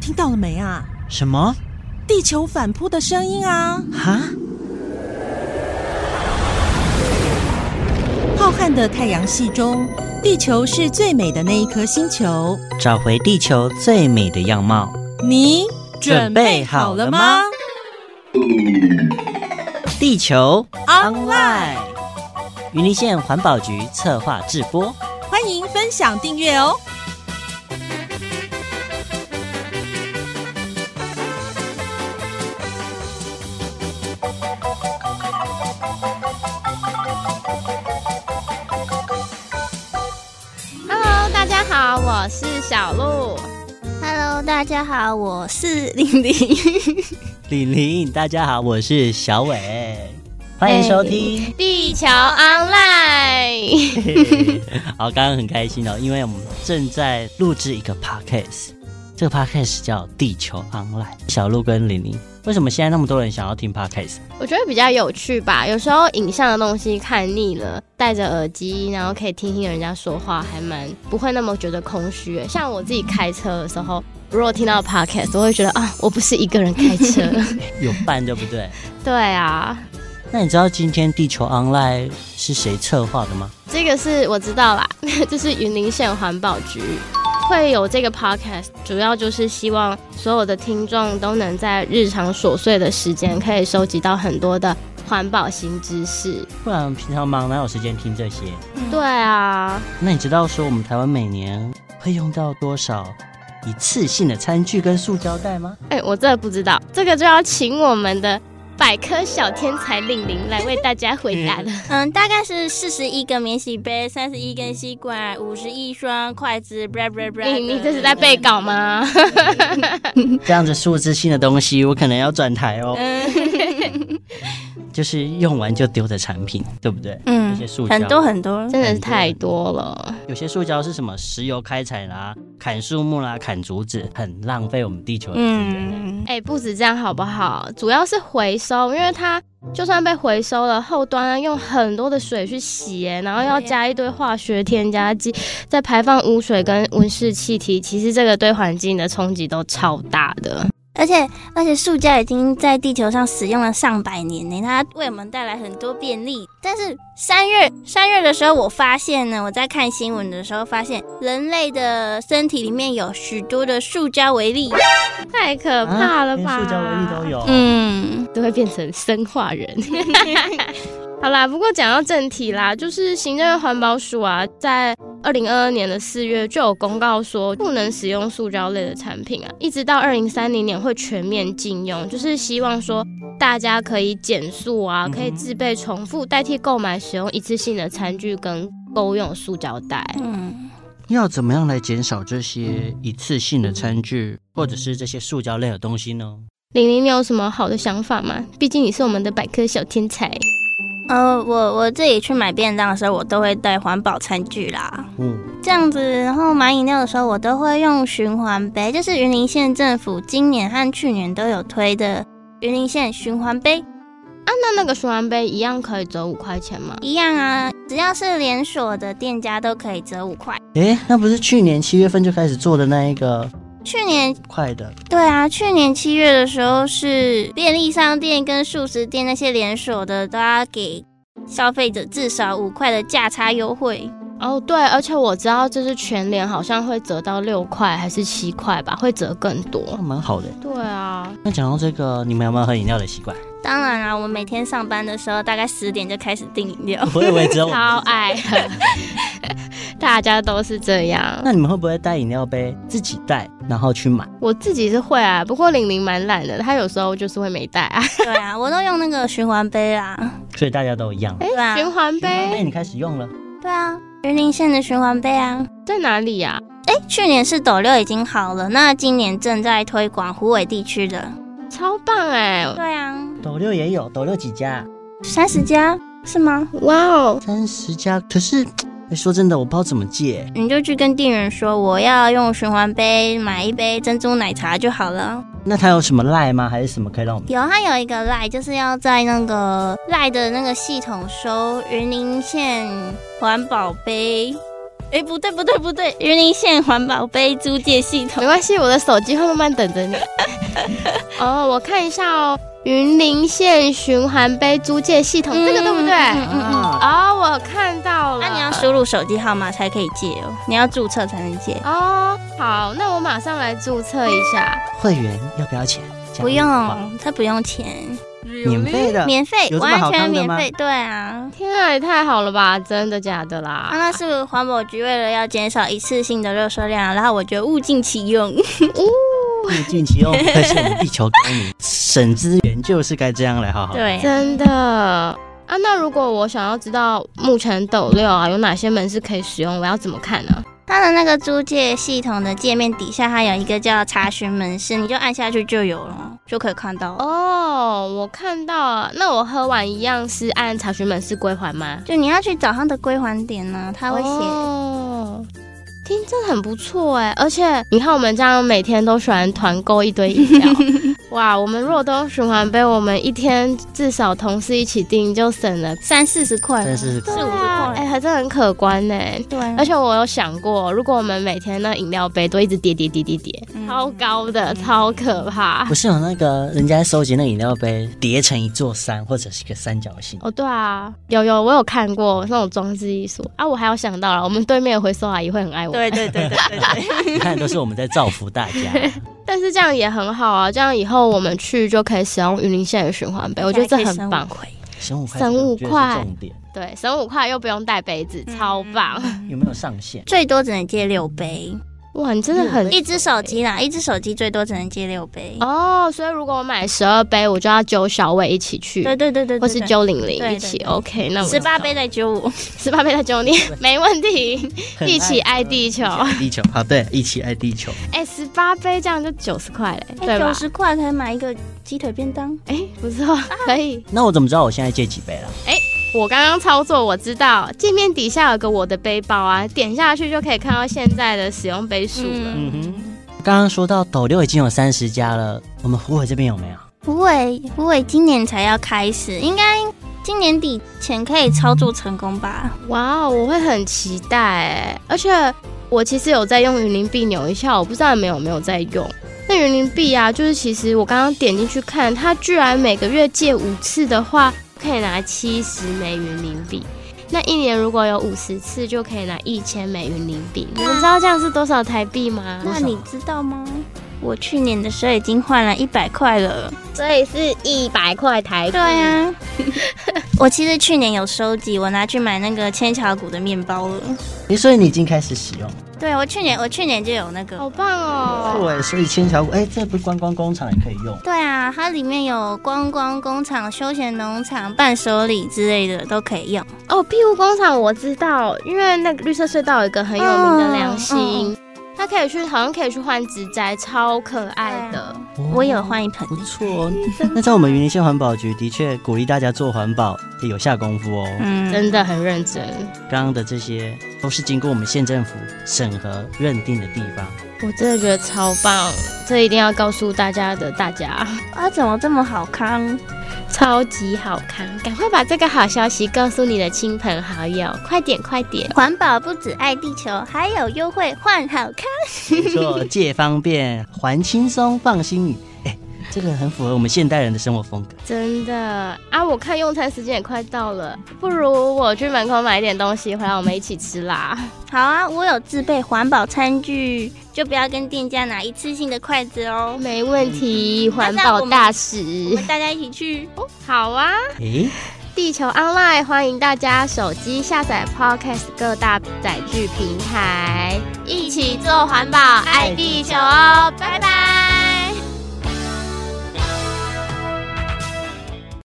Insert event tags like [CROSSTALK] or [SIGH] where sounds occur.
听到了没啊？什么？地球反扑的声音啊！哈？浩瀚的太阳系中，地球是最美的那一颗星球。找回地球最美的样貌。你准备好了吗地球 Online 云林县环保局策划制播。欢迎分享订阅哦。 Hello，大家好，我是小鹿。 Hello，大家好，我是玲玲。玲玲，大家好，我是小伟，欢迎收听。 [LAUGHS] 地球 online， [LAUGHS] 好，刚刚很开心哦，因为我们正在录制一个 podcast，这个 podcast 叫《地球 online》。小鹿跟玲玲，为什么现在那么多人想要听 podcast？我觉得比较有趣吧。有时候影像的东西看腻了，戴着耳机，然后可以听听人家说话，还蛮不会那么觉得空虚的。像我自己开车的时候，如果听到 podcast，我会觉得啊，我不是一个人开 [LAUGHS] 车。 [LAUGHS] 有伴对不对？对啊，那你知道今天《地球 online》是谁策划的吗？这个是我知道啦， [LAUGHS] 就是云林县环保局会有这个 podcast，主要就是希望所有的听众都能在日常琐碎的时间，可以收集到很多的环保新知识。不然平常忙哪有时间听这些？对啊，那你知道说我们台湾每年会用到多少一次性的餐具跟塑胶袋 [LAUGHS] 吗？哎、我真的不知道，这个就要请我们的百科小天才令玲来为大家回答了。嗯，大概是四十一个免洗杯，三十一根吸管，五十一双筷子。blah blah blah 你你这是在背稿吗？这样子数字性的东西，我可能要转台哦。就是用完就丢的产品，对不对？嗯有些塑胶很多很多。真的是太多了。有些塑胶是什么石油开采啦、砍树木啦、砍竹子，很浪费我们地球的资源。嗯，哎、不止这样好不好？主要是回收，因为它就算被回收了，后端啊用很多的水去洗，哎然后要加一堆化学添加剂，再排放污水跟温室气体，其实这个对环境的冲击都超大的。而且而且，塑胶已经在地球上使用了上百年呢，它为我们带来很多便利。但是三月三月的时候，我发现呃呢，我在看新闻的时候发现，人类的身体里面有许多的塑胶微粒。太可怕了啊连吧！塑胶微粒都有。嗯。都会变成生化人。 [LAUGHS] 好啦，不过讲到正题啦，就是行政院环保署啊，在二零二二年的四月就有公告说，不能使用塑胶类的产品啊，一直到二零三零年会全面禁用，就是希望说大家可以减速啊，可以自备重复代替购买使用一次性的餐具跟购用塑胶袋。嗯要怎么样来减少这些一次性的餐具，或者是这些塑胶类的东西呢？玲玲，你有什么好的想法吗？毕竟你是我们的百科小天才。啊呃，我我自己去买便当的时候，我都会带环保餐具啦，嗯，这样子。然后买饮料的时候，我都会用循环杯，就是云林县政府今年和去年都有推的云林县循环杯，那那个循环杯一样可以折五块钱吗？一样啊，只要是连锁的店家都可以折五块。诶，那不是去年七月份就开始做的那一个去年快的，对啊，去年七月的时候是便利商店跟素食店那些连锁的都要给消费者至少五块的价差优惠。哦，对，而且我知道这是全联，好像会折到六块还是七块吧，会折更多那。蛮好的。对啊，那讲到这个，你们有没有喝饮料的习惯？当然啦、我每天上班的时候大概十点就开始订饮 [LAUGHS] 料。我以为只有我们。超爱喝， [LAUGHS] 大家都是这样。那你们会不会带饮料杯自己带，然后去买？我自己是会啊，不过玲玲蛮懒的，她有时候就是会没带啊。对啊，我都用那个循环杯啦。所以大家都一样。哎对啊循环那杯你开始用了，对啊，云林县的循环杯啊。在哪里呀、哎，去年是斗六已经好了，那今年正在推广湖尾地区的。超棒哎、对啊，斗六也有，斗六几家？三十家是吗？哇哦，三十家。可是，哎说真的，我不知道怎么借。你就去跟店员说我要用循环杯买一杯珍珠奶茶就好了。那它有什么赖吗？还是什么可以让我们？有，它有一个赖，就是要在那个赖的那个系统收云林县环保杯哎、不对不对不对，云林县环保杯租借系统没。关系，我的手机会慢慢等着你。 [LAUGHS] 哦，我看一下哦，云林县循环杯租借系统，这个对不对？嗯嗯嗯。啊，哦，我看到了。那、你要输入手机号码才可以借哦，你要注册才能借。哦，好，那我马上来注册一下。会员要不要钱？不讲实话，用，它不用钱，免费的。免费，有这么完好全康的免吗费。对啊，天啊，也太好了吧！真的假的啦？啊，那是环保局为了要减少一次性的热射量，然后我觉得物尽其用。嗯物尽其 [LAUGHS] 用，可是我们地球公民，省资源就是该这样来好好。， [LAUGHS] 对啊，真的啊？那如果我想要知道木城斗六啊有哪些门是可以使用，我要怎么看呢、它的那个租借系统的界面底下，它有一个叫查询门市，你就按下去就有了，就可以看到。哦，哦，我看到了。那我喝完一样是按查询门市归还吗？就你要去找它的归还点呢、它会写。哦听这很不错哎，而且你看我们这样每天都喜欢团购一堆饮 [LAUGHS] 料，哇！我们如果都循环杯，我们一天至少同事一起订就省了三四十块了，真是四五十啊块，哎、还真很可观呢。对，啊而且我有想过，如果我们每天那饮料杯都一直叠叠叠叠叠，嗯超高的，超可怕不。是有那个人家收集那饮料杯叠成一座山或者是一个三角 [LAUGHS] 形，哦，对啊，有有，我有看过那种装置艺术啊。我还有想到了，我们对面的回收阿姨会很爱我，对对对对对 [LAUGHS] 对。你看都是我们在造福大家。但是这样也很好啊。这样以后我们去就可以使用云林县的循环杯，我觉得这很棒。省五块，省五我觉得是块重点对，省五块又不用带杯子，嗯超棒！有没有上限？最多只能借六杯， [LAUGHS] 哇，你真的很一只手机啦，一只手机最多只能借六杯。哦。所以如果我买十二杯，我就要揪小伟一起去，对对对对，或是揪玲玲对一起。对 OK，那我十八杯再揪我，十八杯再揪你， [LAUGHS] 没问题。一起爱地球一起爱地球。好，对，一起爱地球。哎、十八杯这样就九十块嘞，对吧哎九？十啊块可以买一个鸡腿便当。哎、不错，可以。那我怎么知道我现在借几杯了？我刚刚操作，我知道界面底下有个我的背包啊，点下去就可以看到现在的使用杯数了。嗯哼，刚刚说到斗六已经有三十家了，我们虎尾这边有没有？不会不会，今年才要开始，应该今年底前可以操作成功吧？哇哦，我会很期待哎、而且我其实有在用云林币扭一下，我不知道你们有没有在用。那云林币啊，就是其实我刚刚点进去看，它居然每个月借五次的话，可以拿七十枚云林币。那一年如果有五十次，就可以拿一千枚云林币。你们知道这样是多少台币吗？那你知道吗？我去年的时候已经换了一百块了。所以是一百块台币。对啊， [LAUGHS] 我其实去年有收集，我拿去买那个千桥谷的面包了。诶，所以你已经开始使用了。对，啊我去年我去年就有那个，好棒哦！对，所以千桥，哎，这不是观光工厂也可以用。对啊，它里面有观光工厂、休闲农场、伴手礼之类的都可以用。哦，庇护工厂我知道，因为那个绿色隧道有一个很有名的良嗯心，它可以去，好像可以去换植栽，超可爱的。我有换一盆不，错哦。那在我们云林县环保局的确鼓励大家做环保，也有下功夫哦。嗯真的很认真，刚刚的这些都是经过我们县政府审核认定的地方。我真的觉得超棒，这一定要告诉大家的，大家 [LAUGHS] 啊，怎么这么好康？超级好看，赶快把这个好消息告诉你的亲朋好友，快点快点！环保不只爱地球，还有优惠换好康。没错，借方便，还轻松，放心雨。哎，这个很符合我们现代人的生活风格。真的啊，我看用餐时间也快到了，不如我去门口买点东西回来，我们一起吃啦。好啊，我有自备环保餐具，就不要跟店家拿一次性的筷子哦。没问题，环那保我们大我使们。大家一起去。好啊，哎，地球 online 欢迎大家手机下载 Podcast 各大载具平台，一起做环保，爱地球哦，拜拜。